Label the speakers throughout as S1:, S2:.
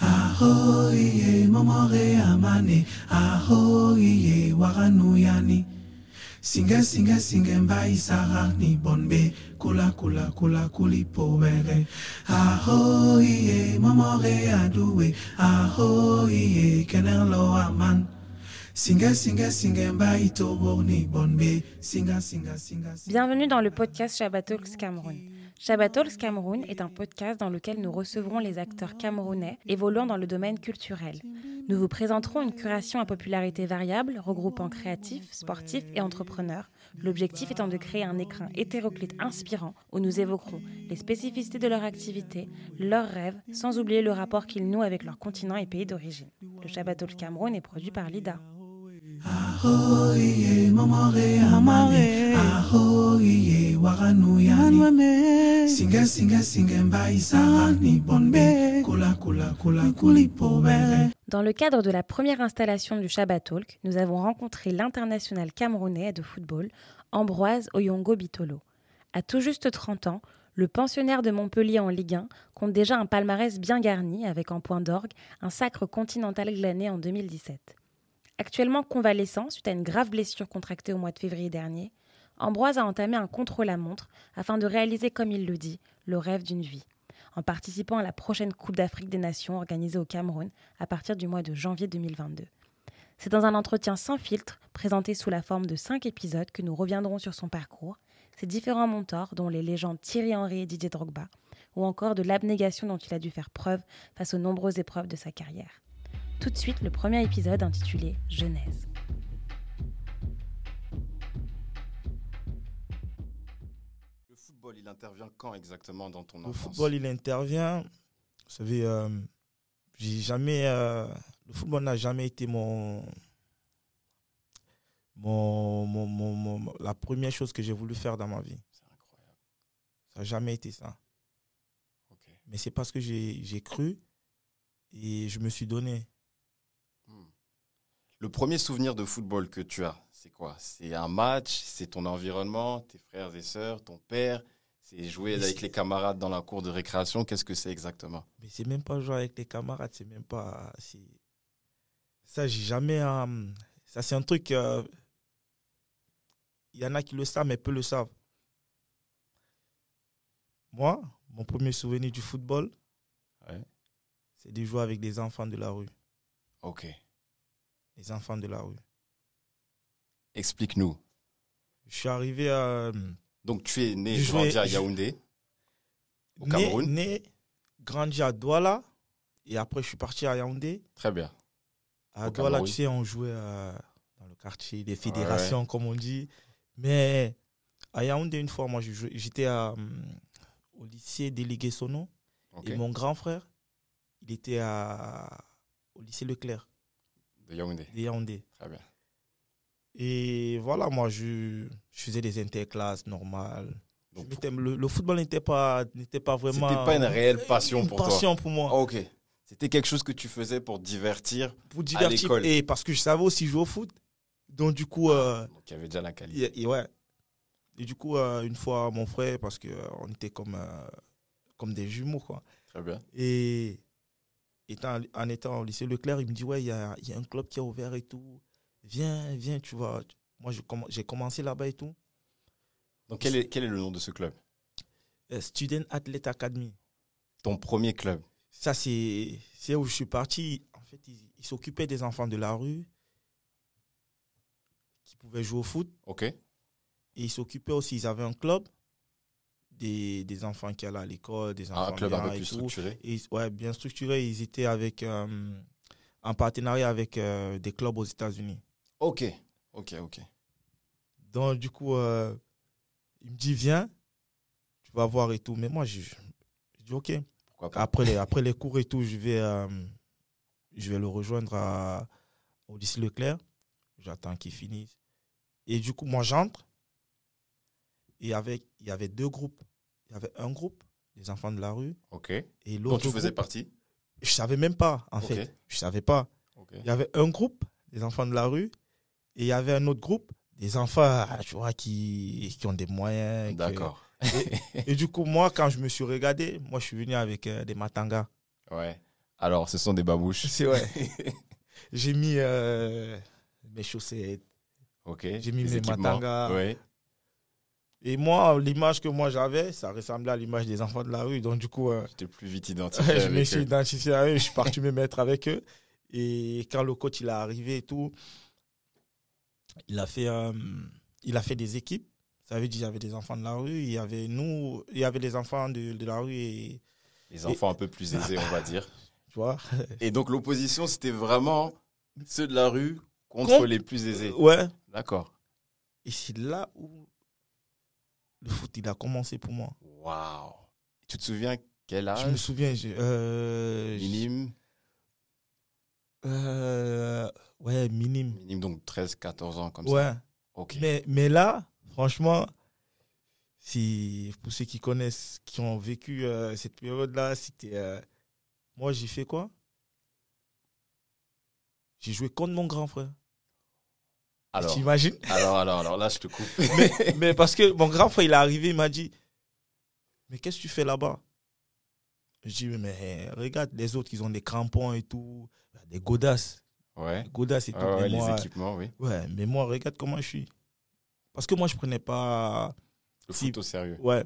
S1: ahoye e momore amane ahoye waranuyani singe singe singe mbai sarani bonbe kula kula kula kulipobere ahoye e momore aduwe ahoye kenelo aman Singa, singa, singa, mbai toborni bonbe, singa, singa, singa, singa.
S2: Bienvenue dans le podcast Shabbat Talks Cameroun. Shabbat Talks Cameroun est un podcast dans lequel nous recevrons les acteurs camerounais évoluant dans le domaine culturel. Nous vous présenterons une curation à popularité variable regroupant créatifs, sportifs et entrepreneurs, l'objectif étant de créer un écrin hétéroclite inspirant où nous évoquerons les spécificités de leur activité, leurs rêves, sans oublier le rapport qu'ils nouent avec leur continent et pays d'origine. Le Shabbat Talks Cameroun est produit par l'IDA.
S1: Ahoye, momore, amare. Ahoye, waranuyani. Singa, singa, singa, mbai, sarani, bonbe. Kula, kula, kula, kulipobere.
S2: Dans le cadre de la première installation du Shabbat Talk, nous avons rencontré l'international camerounais de football, Ambroise Oyongo Bitolo. À tout juste 30 ans, le pensionnaire de Montpellier en Ligue 1 compte déjà un palmarès bien garni avec en point d'orgue un sacre continental glané en 2017. Actuellement convalescent suite à une grave blessure contractée au mois de février dernier, Ambroise a entamé un contre-la-montre afin de réaliser, comme il le dit, le rêve d'une vie, en participant à la prochaine Coupe d'Afrique des Nations organisée au Cameroun à partir du mois de janvier 2022. C'est dans un entretien sans filtre, présenté sous la forme de cinq épisodes, que nous reviendrons sur son parcours, ses différents mentors, dont les légendes Thierry Henry et Didier Drogba, ou encore de l'abnégation dont il a dû faire preuve face aux nombreuses épreuves de sa carrière. Tout de suite, le premier épisode intitulé Genèse.
S3: Le football, il intervient quand exactement dans ton
S4: Le
S3: enfance
S4: football, il intervient. Vous savez, euh, j'ai jamais. euh, le football n'a jamais été mon, mon, mon- mon- mon- La première chose que j'ai voulu faire dans ma vie.
S3: C'est incroyable.
S4: Ça n'a jamais été ça.
S3: Ok.
S4: Mais c'est parce que j'ai j'ai cru et je me suis donné.
S3: Hmm. Le premier souvenir de football que tu as, c'est quoi C'est un match, c'est ton environnement, tes frères et sœurs, ton père, c'est jouer
S4: Mais
S3: avec
S4: c'est-
S3: les camarades dans la cour de récréation. Qu'est-ce que c'est exactement
S4: Mais c'est même pas jouer avec les camarades, c'est même pas. c'est- Ça, j'ai jamais. euh, ça, c'est un truc. euh, Il y en a qui le savent, mais peu le savent. Moi, mon premier souvenir du football,
S3: Ouais.
S4: c'est de jouer avec des enfants de la rue.
S3: Ok.
S4: Les enfants de la rue.
S3: Explique-nous.
S4: Je suis arrivé euh, à.
S3: Donc tu es né,
S4: Je jouais-
S3: grandi à
S4: je-
S3: Yaoundé, au
S4: né-
S3: Cameroun.
S4: Né, grandi à Douala. Et après, je suis parti à Yaoundé.
S3: Très bien.
S4: À
S3: Au
S4: Douala,
S3: Cameroun.
S4: tu sais, on jouait euh, dans le quartier des fédérations, comme on dit. Mais à Yaoundé, une fois, moi, je jouais- j'étais à, hum, au lycée délégué Sono.
S3: Ok.
S4: Et mon grand frère, il était à, au lycée Leclerc
S3: De Yaoundé.
S4: de Yaoundé.
S3: Très bien.
S4: Et voilà, moi, je, je faisais des interclasses normales. Je
S3: Donc,
S4: m'étais- le, le football n'était pas, n'était pas
S3: c'était
S4: vraiment.
S3: pas une réelle passion
S4: une
S3: pour
S4: passion pour moi.
S3: toi. Ah, Oh, Ok. C'était quelque chose que tu faisais pour divertir.
S4: Pour divertir.
S3: l'école. Ah.
S4: Et parce que je savais aussi jouer au foot. Donc, du coup. euh,
S3: Donc il y avait déjà la qualité.
S4: Et, et ouais. Et du coup, euh, une fois, mon frère, parce qu'on était comme, euh, comme des jumeaux, quoi.
S3: Très bien.
S4: Et étant, en étant au lycée Leclerc, il me dit, ouais, il y a, il y a un club qui est ouvert et tout. Viens, viens, tu vois. Moi, je comm- j'ai commencé là-bas et tout.
S3: Donc quel est, quel est le nom de ce club
S4: Euh, Student Athlete Academy.
S3: Ton premier club.
S4: Ça, c'est c'est où je suis parti. En fait, ils ils s'occupaient des enfants de la rue qui pouvaient jouer au foot.
S3: Ok.
S4: Et ils s'occupaient aussi, ils avaient un club des, des enfants qui allaient à l'école, des enfants
S3: Un Ah, club un
S4: bien
S3: peu
S4: et
S3: plus
S4: tout.
S3: structuré.
S4: Et, ouais, bien structuré, ils étaient avec, euh, en partenariat avec euh, des clubs aux États-Unis.
S3: Ok. Ok, ok.
S4: Donc, du coup, euh, il me dit, viens, tu vas voir et tout. Mais moi, je, je dis, OK.
S3: Pourquoi pas
S4: Après les, après les cours et tout, je vais, euh, je vais le rejoindre à, au lycée Leclerc. J'attends qu'il finisse. Et du coup, moi, j'entre. Et avec, il y avait deux groupes. Il y avait un groupe, les enfants de la rue,
S3: Ok.
S4: et
S3: Dont
S4: l'autre.
S3: tu faisais
S4: groupe-
S3: partie
S4: Je savais même pas, en
S3: Ok.
S4: fait. Je savais pas.
S3: Ok.
S4: Il y avait un groupe, des enfants de la rue, et il y avait un autre groupe, des enfants, ah, tu vois, qui, qui ont des moyens. que-
S3: D'accord.
S4: Et du coup, moi, quand je me suis regardé, moi, je suis venu avec euh, des euh, matangas.
S3: Ouais. Alors, ce sont des babouches.
S4: C'est ouais. j'ai mis euh, mes chaussettes.
S3: Ok.
S4: J'ai mis
S3: les
S4: mes
S3: équipements.
S4: matangas.
S3: Ouais.
S4: Et moi, l'image que moi j'avais, ça ressemblait à l'image des enfants de la rue. Donc, du coup, euh,
S3: J'étais plus vite identifié.
S4: je
S3: avec euh,
S4: me suis
S3: eux.
S4: identifié à eux. Je suis parti me mettre avec eux. Et quand le coach il est arrivé et tout, il a fait, euh, il a fait des équipes. Ça veut dire qu'il y avait des enfants de la rue, il y avait nous, il y avait les enfants de, de la rue et
S3: Les enfants un peu plus aisés, on va dire.
S4: tu vois.
S3: Et donc, l'opposition, c'était vraiment ceux de la rue contre
S4: Contre- Oh.
S3: les plus aisés.
S4: Ouais.
S3: D'accord.
S4: Et c'est là où le foot il a commencé pour moi.
S3: Waouh. Tu te souviens quel
S4: je me
S3: âge
S4: souviens, j'ai- euh,
S3: Minime.
S4: euh, ouais, minime.
S3: Minime, donc 13, 14 ans, comme ça.
S4: Ouais.
S3: Ok.
S4: Mais, mais là, franchement, si, pour ceux qui connaissent, qui ont vécu euh, cette période-là, c'était. euh, moi, j'ai fait quoi J'ai joué contre mon grand frère.
S3: Alors,
S4: Tu imagines
S3: alors, alors, alors, là, je te coupe.
S4: Mais parce que mon grand frère, il est arrivé, il m'a dit Mais qu'est-ce que tu fais là-bas Je dis Mais regarde les autres, ils ont des crampons et tout, des godasses.
S3: ouais.
S4: Des godasses et tout.
S3: Ah ouais,
S4: mais
S3: les
S4: moi,
S3: équipements, oui.
S4: ouais, mais moi, regarde comment je suis. Parce que moi, je prenais pas.
S3: Le
S4: Si.
S3: foot au sérieux.
S4: Ouais,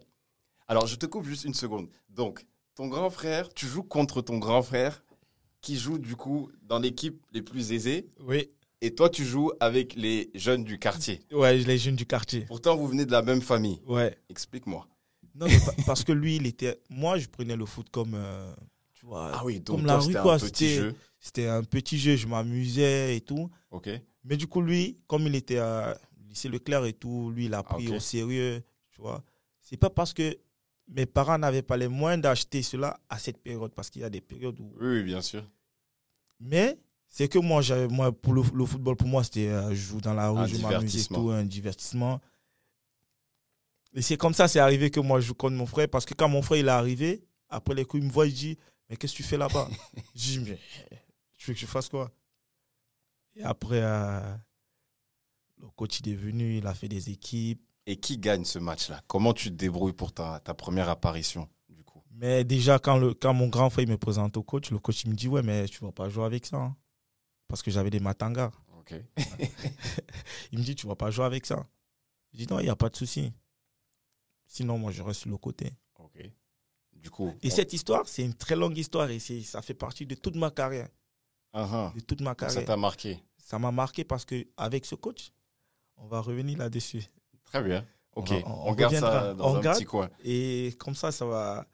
S3: Alors, je te coupe juste une seconde. Donc, ton grand frère, tu joues contre ton grand frère qui joue du coup dans l'équipe les plus aisés
S4: oui,
S3: et toi, tu joues avec les jeunes du quartier.
S4: ouais, les jeunes du quartier.
S3: Pourtant, vous venez de la même famille.
S4: Ouais.
S3: Explique-moi.
S4: Non, mais pa- parce que lui, il était. Moi, je prenais le foot comme. euh, tu vois,
S3: Ah oui, donc
S4: Comme
S3: toi,
S4: la rue,
S3: c'était un
S4: quoi,
S3: petit
S4: c'était-
S3: jeu.
S4: c'était un petit jeu, je m'amusais et tout.
S3: Ok.
S4: Mais du coup, lui, comme il était à lycée Leclerc et tout, lui, il a
S3: Ah,
S4: pris
S3: ok.
S4: au sérieux, tu vois. C'est pas parce que mes parents n'avaient pas les moyens d'acheter cela à cette période, parce qu'il y a des périodes où...
S3: Oui, oui, bien sûr.
S4: Mais c'est que moi, j'avais, moi pour le, le football, pour moi, c'était euh, je joue dans la
S3: Un
S4: rue, je m'amuse et
S3: divertissement.
S4: tout, un divertissement. Et c'est comme ça, c'est arrivé que moi, je joue contre mon frère, parce que quand mon frère, il est arrivé, après les coups, il me voit, il dit, mais qu'est-ce que tu fais là-bas Je dis, mais tu veux que je fasse quoi Et après, euh, le coach, il est venu, il a fait des équipes.
S3: Et qui gagne ce match-là Comment tu te débrouilles pour ta, ta première apparition, du coup
S4: Mais déjà, quand, le, quand mon grand frère il me présente au coach, le coach il me dit, ouais, mais tu vas pas jouer avec ça. hein. Parce que j'avais des matangas.
S3: Ok.
S4: Il me dit, tu vas pas jouer avec ça. Je dis, non, il n'y a pas de souci. Sinon, moi, je reste sur le côté.
S3: Ok. Du coup.
S4: Et
S3: on-
S4: cette histoire, c'est une très longue histoire et c'est- ça fait partie de toute ma carrière.
S3: Ah, ah.
S4: De toute ma
S3: Donc, Ça
S4: carrière.
S3: t'a marqué.
S4: Ça m'a marqué parce que avec ce coach, on va revenir là-dessus.
S3: Très bien. Ok.
S4: On
S3: On,
S4: va- on- on
S3: garde
S4: reviendra.
S3: ça dans
S4: On
S3: un
S4: garde.
S3: petit coin.
S4: Et comme ça, ça va.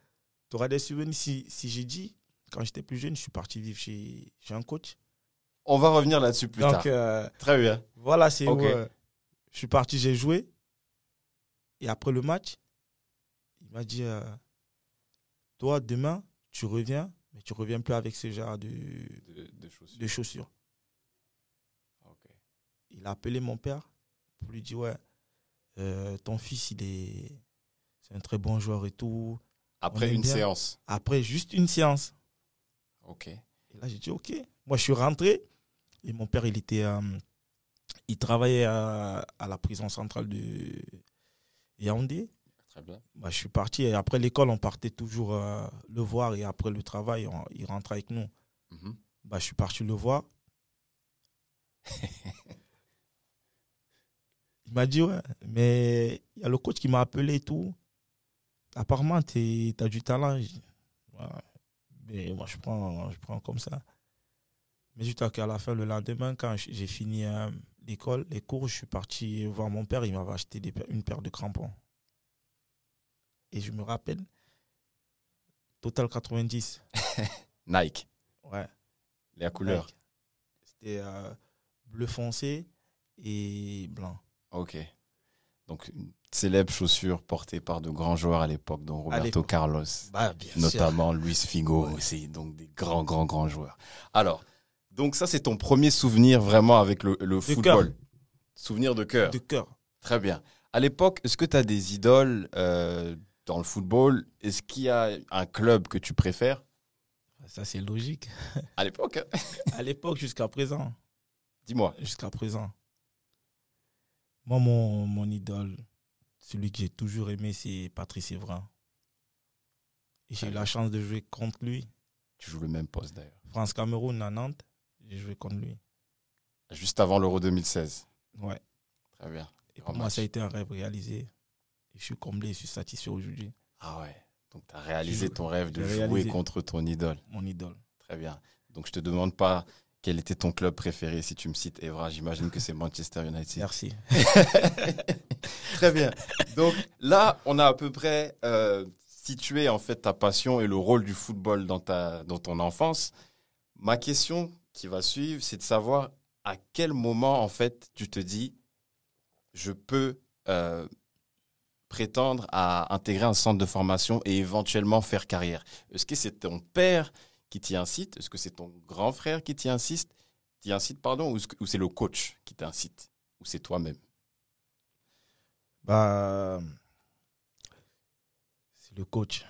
S4: Tu auras des souvenirs. Si, si j'ai dit, quand j'étais plus jeune, je suis parti vivre chez, chez un coach.
S3: On va revenir là-dessus plus
S4: Donc,
S3: tard.
S4: euh,
S3: Très bien.
S4: voilà, c'est
S3: Ok.
S4: où euh, je suis parti, j'ai joué. Et après le match, il m'a dit euh, Toi, demain, tu reviens, mais tu reviens plus avec ce genre de,
S3: De, de chaussures.
S4: de chaussures.
S3: Ok.
S4: Il a appelé mon père pour lui dire Ouais, euh, ton fils, il est. C'est un très bon joueur et tout. On
S3: Après
S4: aime
S3: une
S4: bien.
S3: séance.
S4: Après juste une séance.
S3: Ok.
S4: Et là, j'ai dit OK. Moi, je suis rentré. Et mon père, il était. euh, il travaillait à, à la prison centrale de Yaoundé.
S3: Très bien.
S4: Bah, je suis parti et après l'école, on partait toujours euh, le voir et après le travail, on- il rentrait avec nous.
S3: Mhm.
S4: Bah, je suis parti le voir. il m'a dit, ouais, mais il y a le coach qui m'a appelé et tout. Apparemment, tu as du talent. Je dis, Ouais, mais moi, je prends, je prends comme ça. Mais juste qu'à la fin, le lendemain, quand j- j'ai fini euh, l'école, les cours, je suis parti voir mon père. Il m'avait acheté des pa- une paire de crampons. Et je me rappelle, Total 90.
S3: Nike.
S4: Ouais.
S3: La couleur.
S4: Nike. C'était euh, bleu foncé et blanc.
S3: Ok. Donc, une célèbre chaussure portée par de grands joueurs à l'époque, dont Roberto
S4: l'époque.
S3: Carlos,
S4: Bah, bien
S3: notamment Luis Figo aussi, donc des grands, grands, grands joueurs. Alors, donc ça, c'est ton premier souvenir vraiment avec le, le football. Souvenir de cœur.
S4: De cœur.
S3: Très bien. À l'époque, est-ce que tu as des idoles euh, dans le football Est-ce qu'il y a un club que tu préfères
S4: Ça, c'est logique.
S3: À l'époque, hein
S4: à l'époque, jusqu'à présent.
S3: dis-moi.
S4: Jusqu'à présent. Moi, mon, mon idole, celui que j'ai Ah toujours aimé, c'est Patrice Evra. Et j'ai eu la chance de jouer contre lui
S3: Tu joues le même poste d'ailleurs.
S4: France-Cameroun à Nantes, j'ai joué contre lui.
S3: Juste avant l'Euro 2016.
S4: Ouais.
S3: Très bien.
S4: Et
S3: Grand
S4: pour moi,
S3: match.
S4: ça a été un rêve réalisé. Et je suis comblé, je suis satisfait aujourd'hui.
S3: Ah ouais. Donc tu as réalisé
S4: J'ai-
S3: ton rêve de
S4: j'ai
S3: jouer
S4: réalisé.
S3: contre ton idole.
S4: Mon idole.
S3: Très bien. Donc je te demande pas quel était ton club préféré si tu me cites Evra. J'imagine que c'est Manchester United.
S4: Merci.
S3: Très bien. Donc là, on a à peu près euh, situé en fait ta passion et le rôle du football dans ta dans ton enfance. Ma question qui va suivre, c'est de savoir à quel moment en fait tu te dis je peux euh, prétendre à intégrer un centre de formation et éventuellement faire carrière. Est-ce que c'est ton père qui t'y incite Est-ce que c'est ton grand frère qui t'y insiste T'y incite pardon ou est-ce que- ou c'est le coach qui t'incite ou c'est toi-même
S4: Bah, c'est le coach.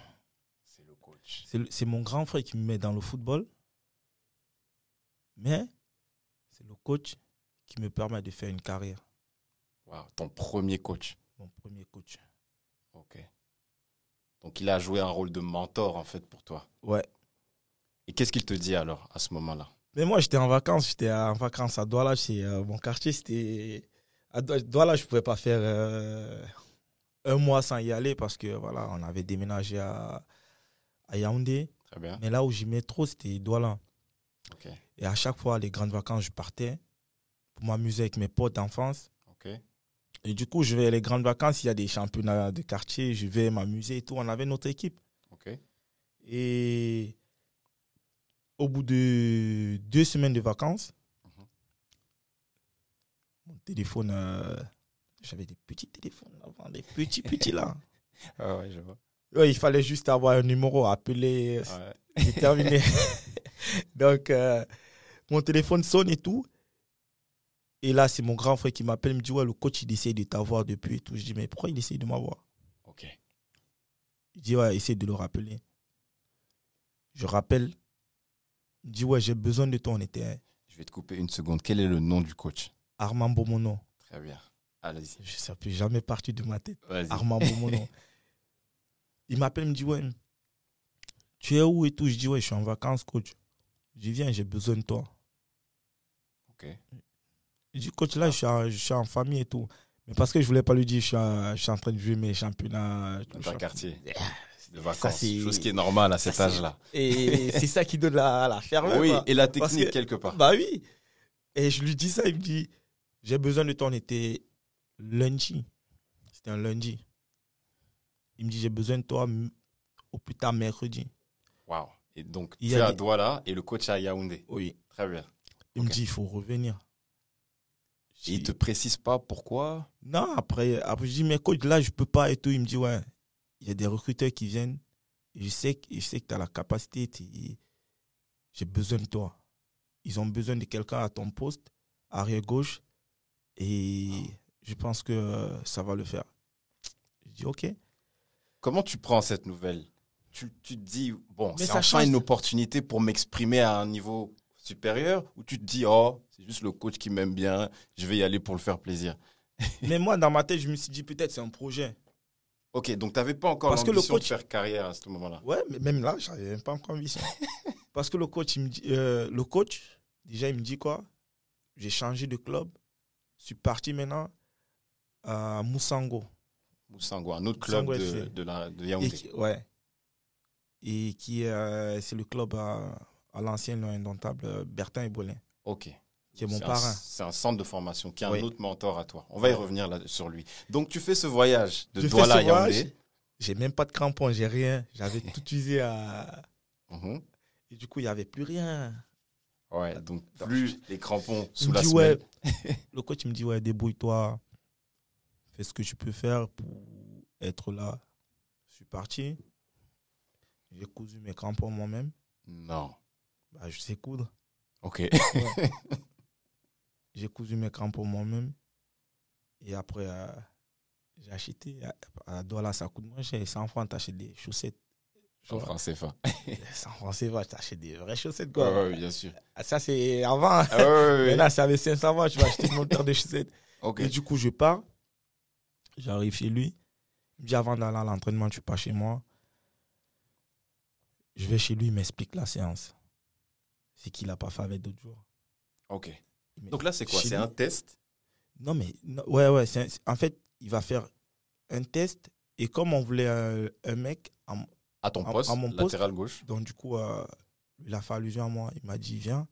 S3: C'est le coach.
S4: C'est le- C'est mon grand frère qui me met dans le football. Mais c'est le coach qui me permet de faire une carrière.
S3: Wow, ton premier coach.
S4: Mon premier coach.
S3: Ok. Donc il a joué un rôle de mentor en fait pour toi.
S4: Ouais.
S3: Et qu'est-ce qu'il te dit alors à ce moment-là
S4: Mais moi, j'étais en vacances. J'étais en vacances à Douala. C'est euh, mon quartier. C'était à Dou- Douala. Je pouvais pas faire euh, un mois sans y aller parce que voilà, on avait déménagé à, à Yaoundé.
S3: Très bien.
S4: Mais là où j'y mets trop, c'était Douala.
S3: Ok.
S4: Et à chaque fois, les grandes vacances, je partais pour m'amuser avec mes potes d'enfance.
S3: Ok.
S4: Et du coup, je vais les grandes vacances. Il y a des championnats de quartier. Je vais m'amuser et tout. On avait notre équipe.
S3: Ok.
S4: Et au bout de deux semaines de vacances,
S3: Mhm.
S4: mon téléphone, euh, j'avais des petits téléphones avant, des petits, petits là.
S3: Ah ouais, je vois.
S4: Ouais, il fallait juste avoir un numéro à appeler, euh, c'est terminé. Donc, euh, mon téléphone sonne et tout. Et là, c'est mon grand frère qui m'appelle, il me dit Ouais, le coach, il essaie de t'avoir depuis et tout. Je dis Mais pourquoi il essaie de m'avoir
S3: Ok.
S4: Il dit, ouais, essaie de le rappeler. Je rappelle. Il dit, ouais, j'ai besoin de toi. On était hein,
S3: Je vais te couper une seconde. Quel est le nom du coach
S4: Armand Bomono.
S3: Très bien. Allez-y.
S4: Je- Ça peut jamais partir de ma tête.
S3: Vas-y.
S4: Armand Bomono. Il m'appelle, il me dit, ouais, tu es où et tout. Je dis, ouais, je suis en vacances, coach. Je dis, viens, j'ai besoin de toi.
S3: Ok.
S4: Il dit, coach, là, je suis, en, je suis en famille et tout. Mais parce que je voulais pas lui dire, je suis en, je suis en train de jouer mes championnats. tout
S3: Dans un
S4: ça.
S3: quartier de
S4: Ça,
S3: vacances.
S4: c'est-
S3: Chose qui est normale à cet
S4: c'est-
S3: âge-là.
S4: Et c'est ça qui donne la, la ferveur.
S3: Oui,
S4: quoi.
S3: et la
S4: Parce
S3: technique
S4: que-
S3: quelque part.
S4: Bah oui. Et je lui dis ça, il me dit, j'ai besoin de toi. On était lundi. C'était un lundi. Il me dit, j'ai besoin de toi m- au plus tard mercredi.
S3: Waouh. Et donc
S4: Il y
S3: tu es
S4: a
S3: à
S4: des-
S3: Douala et le coach est à Yaoundé.
S4: Oui.
S3: Très bien.
S4: Il
S3: Ok.
S4: me dit, il faut revenir.
S3: Et il
S4: Je-
S3: te précise pas pourquoi
S4: Non, après, après, je dis, mais coach, là, je peux pas et tout. Il me dit, ouais, il y a des recruteurs qui viennent. Et je sais, que- je sais que tu as la capacité. t'es- J'ai besoin de toi. Ils ont besoin de quelqu'un à ton poste, arrière-gauche. Et je pense que euh, ça va le faire. Je dis, OK.
S3: Comment tu prends cette nouvelle tu, tu te dis, bon,
S4: Mais
S3: c'est
S4: ça
S3: enfin
S4: change.
S3: une opportunité pour m'exprimer à un niveau supérieur ou tu te dis, oh, c'est juste le coach qui m'aime bien, je vais y aller pour le faire plaisir
S4: mais moi, dans ma tête, je me suis dit, peut-être c'est un projet.
S3: Ok, donc tu n'avais pas encore
S4: Parce que le
S3: l'ambition
S4: coach-
S3: de faire carrière à ce moment-là.
S4: Ouais, mais même là, j'avais même pas encore mis ça. Parce que le coach, il me dit, euh, le coach, déjà, il me dit quoi J'ai changé de club. Je suis parti maintenant à Moussango.
S3: Moussango, un autre club
S4: Moussango
S3: de,
S4: FC.
S3: de, la, de
S4: Et
S3: Yaoundé.
S4: qui, ouais. Et qui euh, c'est le club à, à l'ancien nom indomptable euh, Bertin Ebolin,
S3: Ok.
S4: qui est mon
S3: C'est un-
S4: parrain.
S3: C'est un centre de formation qui est
S4: Oui.
S3: un autre mentor à toi. On va y revenir là, sur lui. Donc tu fais ce voyage de
S4: Je fais
S3: Douala à
S4: ce voyage.
S3: Yaoundé.
S4: J'ai même pas de crampons, j'ai rien. J'avais tout usé à.
S3: Mhm.
S4: Et du coup, il n'y avait plus rien.
S3: Ouais, donc plus les crampons
S4: Il
S3: sous
S4: me
S3: la
S4: dit,
S3: semelle.
S4: ouais, le coach il me dit ouais, débrouille-toi, fais ce que tu peux faire pour être là. Je suis parti, j'ai cousu mes crampons moi-même.
S3: Non.
S4: Bah, je sais coudre.
S3: Ok.
S4: Ouais. j'ai cousu mes crampons moi-même. Et après, euh, j'ai acheté euh, à, à Douala, ça coûte moins cher. 100 francs, t'achètes des chaussettes.
S3: En français, fin.
S4: 100 francs, c'est vrai, t'achètes des vraies chaussettes.
S3: Ouais,
S4: Quoi.
S3: ouais, bien sûr.
S4: Ah, Ça, c'est avant.
S3: Ah ouais, ouais, ouais.
S4: Là, c'est avec 500 francs, tu vas acheter une monteur de chaussettes.
S3: Ok.
S4: Et du coup, je pars. J'arrive chez lui. Il me dit avant d'aller à l'entraînement, tu pars chez moi. Je vais chez lui, il m'explique la séance. C'est qu'il n'a pas fait avec d'autres jours.
S3: Ok.
S4: Il me-
S3: Donc là, c'est quoi
S4: Chez
S3: C'est
S4: lui.
S3: un test
S4: Non, mais non, ouais, ouais. c'est un- en fait, il va faire un test. Et comme on voulait un, un mec, en-
S3: à ton
S4: À-
S3: poste,
S4: à mon poste.
S3: latéral gauche.
S4: donc du coup, euh, il a fait allusion à moi. Il m'a dit, viens.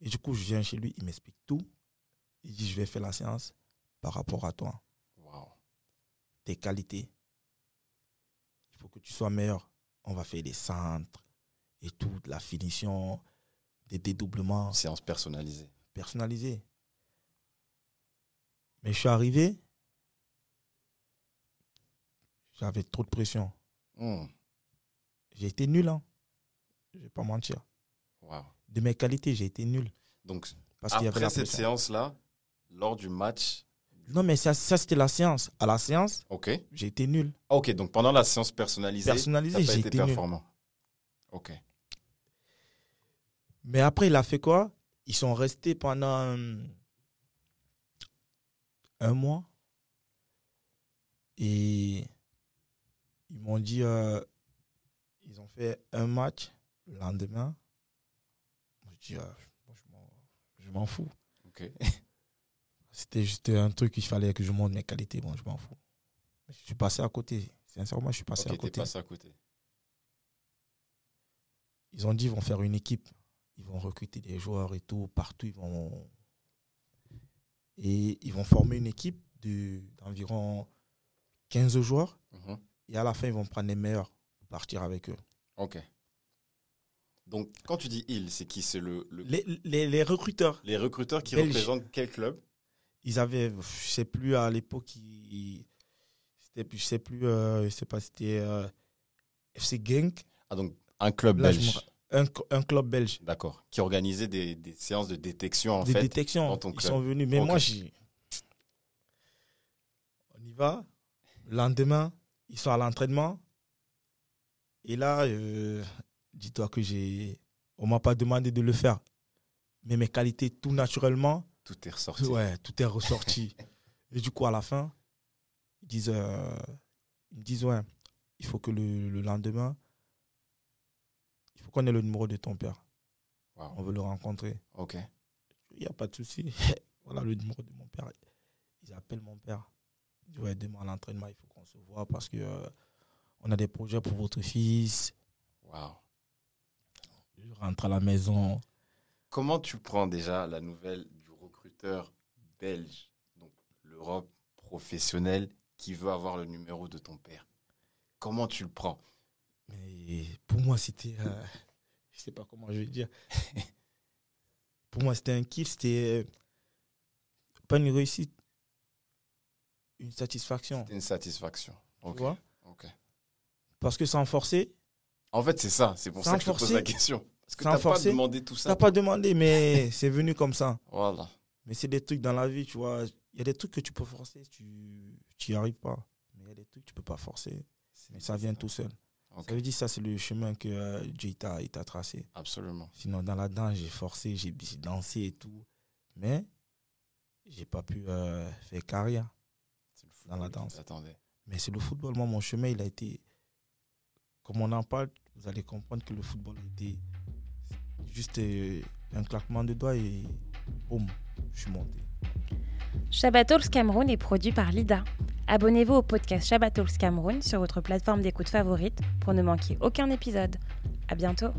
S4: Et du coup, je viens chez lui, il m'explique tout. Il dit, je vais faire la séance par rapport à toi,
S3: Wow.
S4: tes qualités. Il faut que tu sois meilleur. On va faire des centres et tout, de la finition, des dédoublements.
S3: Séance personnalisée.
S4: personnalisé. Mais je suis arrivé, j'avais trop de pression.
S3: Hmm.
S4: J'ai été nul, hein. je vais pas mentir.
S3: Wow.
S4: De mes qualités, j'ai été nul.
S3: Donc,
S4: Parce qu'il y avait
S3: après
S4: la
S3: cette
S4: pression.
S3: séance-là, lors du match,
S4: Non, mais ça, ça, c'était la séance. À la séance,
S3: ok.
S4: j'ai été nul.
S3: Ah, ok, donc pendant la séance personnalisée,
S4: Personnalisé,
S3: t'as pas
S4: j'ai
S3: été
S4: été nul.
S3: performant. Ok.
S4: Mais après, il a fait quoi Ils sont restés pendant euh, un mois. Et ils m'ont dit, euh, ils ont fait un match le lendemain. Moi, Je dis, euh, moi, je m'en- je m'en fous.
S3: Ok.
S4: C'était juste un truc qu'il fallait que je montre mes qualités. Bon, je m'en fous. Je suis passé à côté. Sincèrement, je suis passé
S3: Ok,
S4: Ah, à
S3: t'es
S4: côté.
S3: passé à côté.
S4: ils ont dit ils vont faire une équipe, ils vont recruter des joueurs et tout, partout, ils vont et ils vont former une équipe de d'environ 15 joueurs
S3: Mhm.
S4: et à la fin ils vont prendre les meilleurs pour partir avec eux.
S3: Ok. Donc, quand tu dis il, c'est qui C'est le, le-
S4: Les, les, les recruteurs,
S3: les recruteurs qui
S4: Belge.
S3: représentent quel club
S4: ils avaient pff, je sais plus à l'époque ils- ils- c'était je sais plus euh, je sais pas c'était euh, FC Genk,
S3: Ah, donc un club
S4: Là, je me
S3: belge.
S4: ra- un, cl- un club belge.
S3: D'accord. Qui organisait des, des séances de détection, en
S4: des
S3: fait.
S4: détections.
S3: dans ton
S4: Ils
S3: club.
S4: sont venus. Mais
S3: Ok.
S4: moi, j'ai. On y va. Le lendemain, ils sont à l'entraînement. Et là, euh, dis-toi que j'ai. On m'a pas demandé de le faire. Mais mes qualités, tout naturellement,
S3: Tout est ressorti.
S4: ouais, tout est ressorti. et du coup, à la fin, ils disent, euh, ils me disent ouais, il faut que le, le lendemain, il faut qu'on ait le numéro de ton père.
S3: Wow.
S4: On veut le rencontrer.
S3: Ok.
S4: Il n'y a pas de souci. voilà le numéro de mon père. Ils appellent mon père. Ils disent, ouais, demain à l'entraînement, il faut qu'on se voit parce que euh, on a des projets pour votre fils.
S3: Wow.
S4: Je rentre à la maison.
S3: Comment tu prends déjà la nouvelle du recruteur belge, donc l'Europe professionnelle, qui veut avoir le numéro de ton père Comment tu le prends
S4: Mais pour moi, c'était. euh, je sais pas comment je vais dire. pour moi, c'était un kiff. C'était euh, pas une réussite, une satisfaction.
S3: C'était une satisfaction. Ok.
S4: Tu vois
S3: ok.
S4: Parce que sans forcer,
S3: En fait, c'est ça. C'est pour
S4: Sans
S3: ça que je te pose
S4: forcer.
S3: la question. Parce que
S4: Sans
S3: t'as pas
S4: forcer.
S3: demandé tout
S4: t'as
S3: ça.
S4: pas demandé, mais c'est venu comme ça.
S3: Voilà.
S4: Mais c'est des trucs dans la vie, tu vois. Il y a des trucs que tu peux forcer, tu n'y arrives pas. Mais il y a des trucs que tu peux pas forcer. Mais ça vient tout seul.
S3: Ok.
S4: Ça veut dire ça, c'est le chemin que euh, Dieu il t'a il t'a tracé.
S3: Absolument.
S4: Sinon, dans la danse, j'ai forcé, j'ai j'ai dansé et tout. Mais j'ai pas pu euh, faire carrière.
S3: C'est le
S4: Dans la
S3: football qui
S4: danse.
S3: t'attendait.
S4: Mais c'est le football. Moi, mon chemin, il a été. Comme on en parle, vous allez comprendre que le football a été juste euh, un claquement de doigts et boum, je suis monté.
S2: Shabbatalks Cameroun est produit par Lida. Abonnez-vous au podcast Shabbatalks Cameroun sur votre plateforme d'écoute favorite pour ne manquer aucun épisode. À bientôt.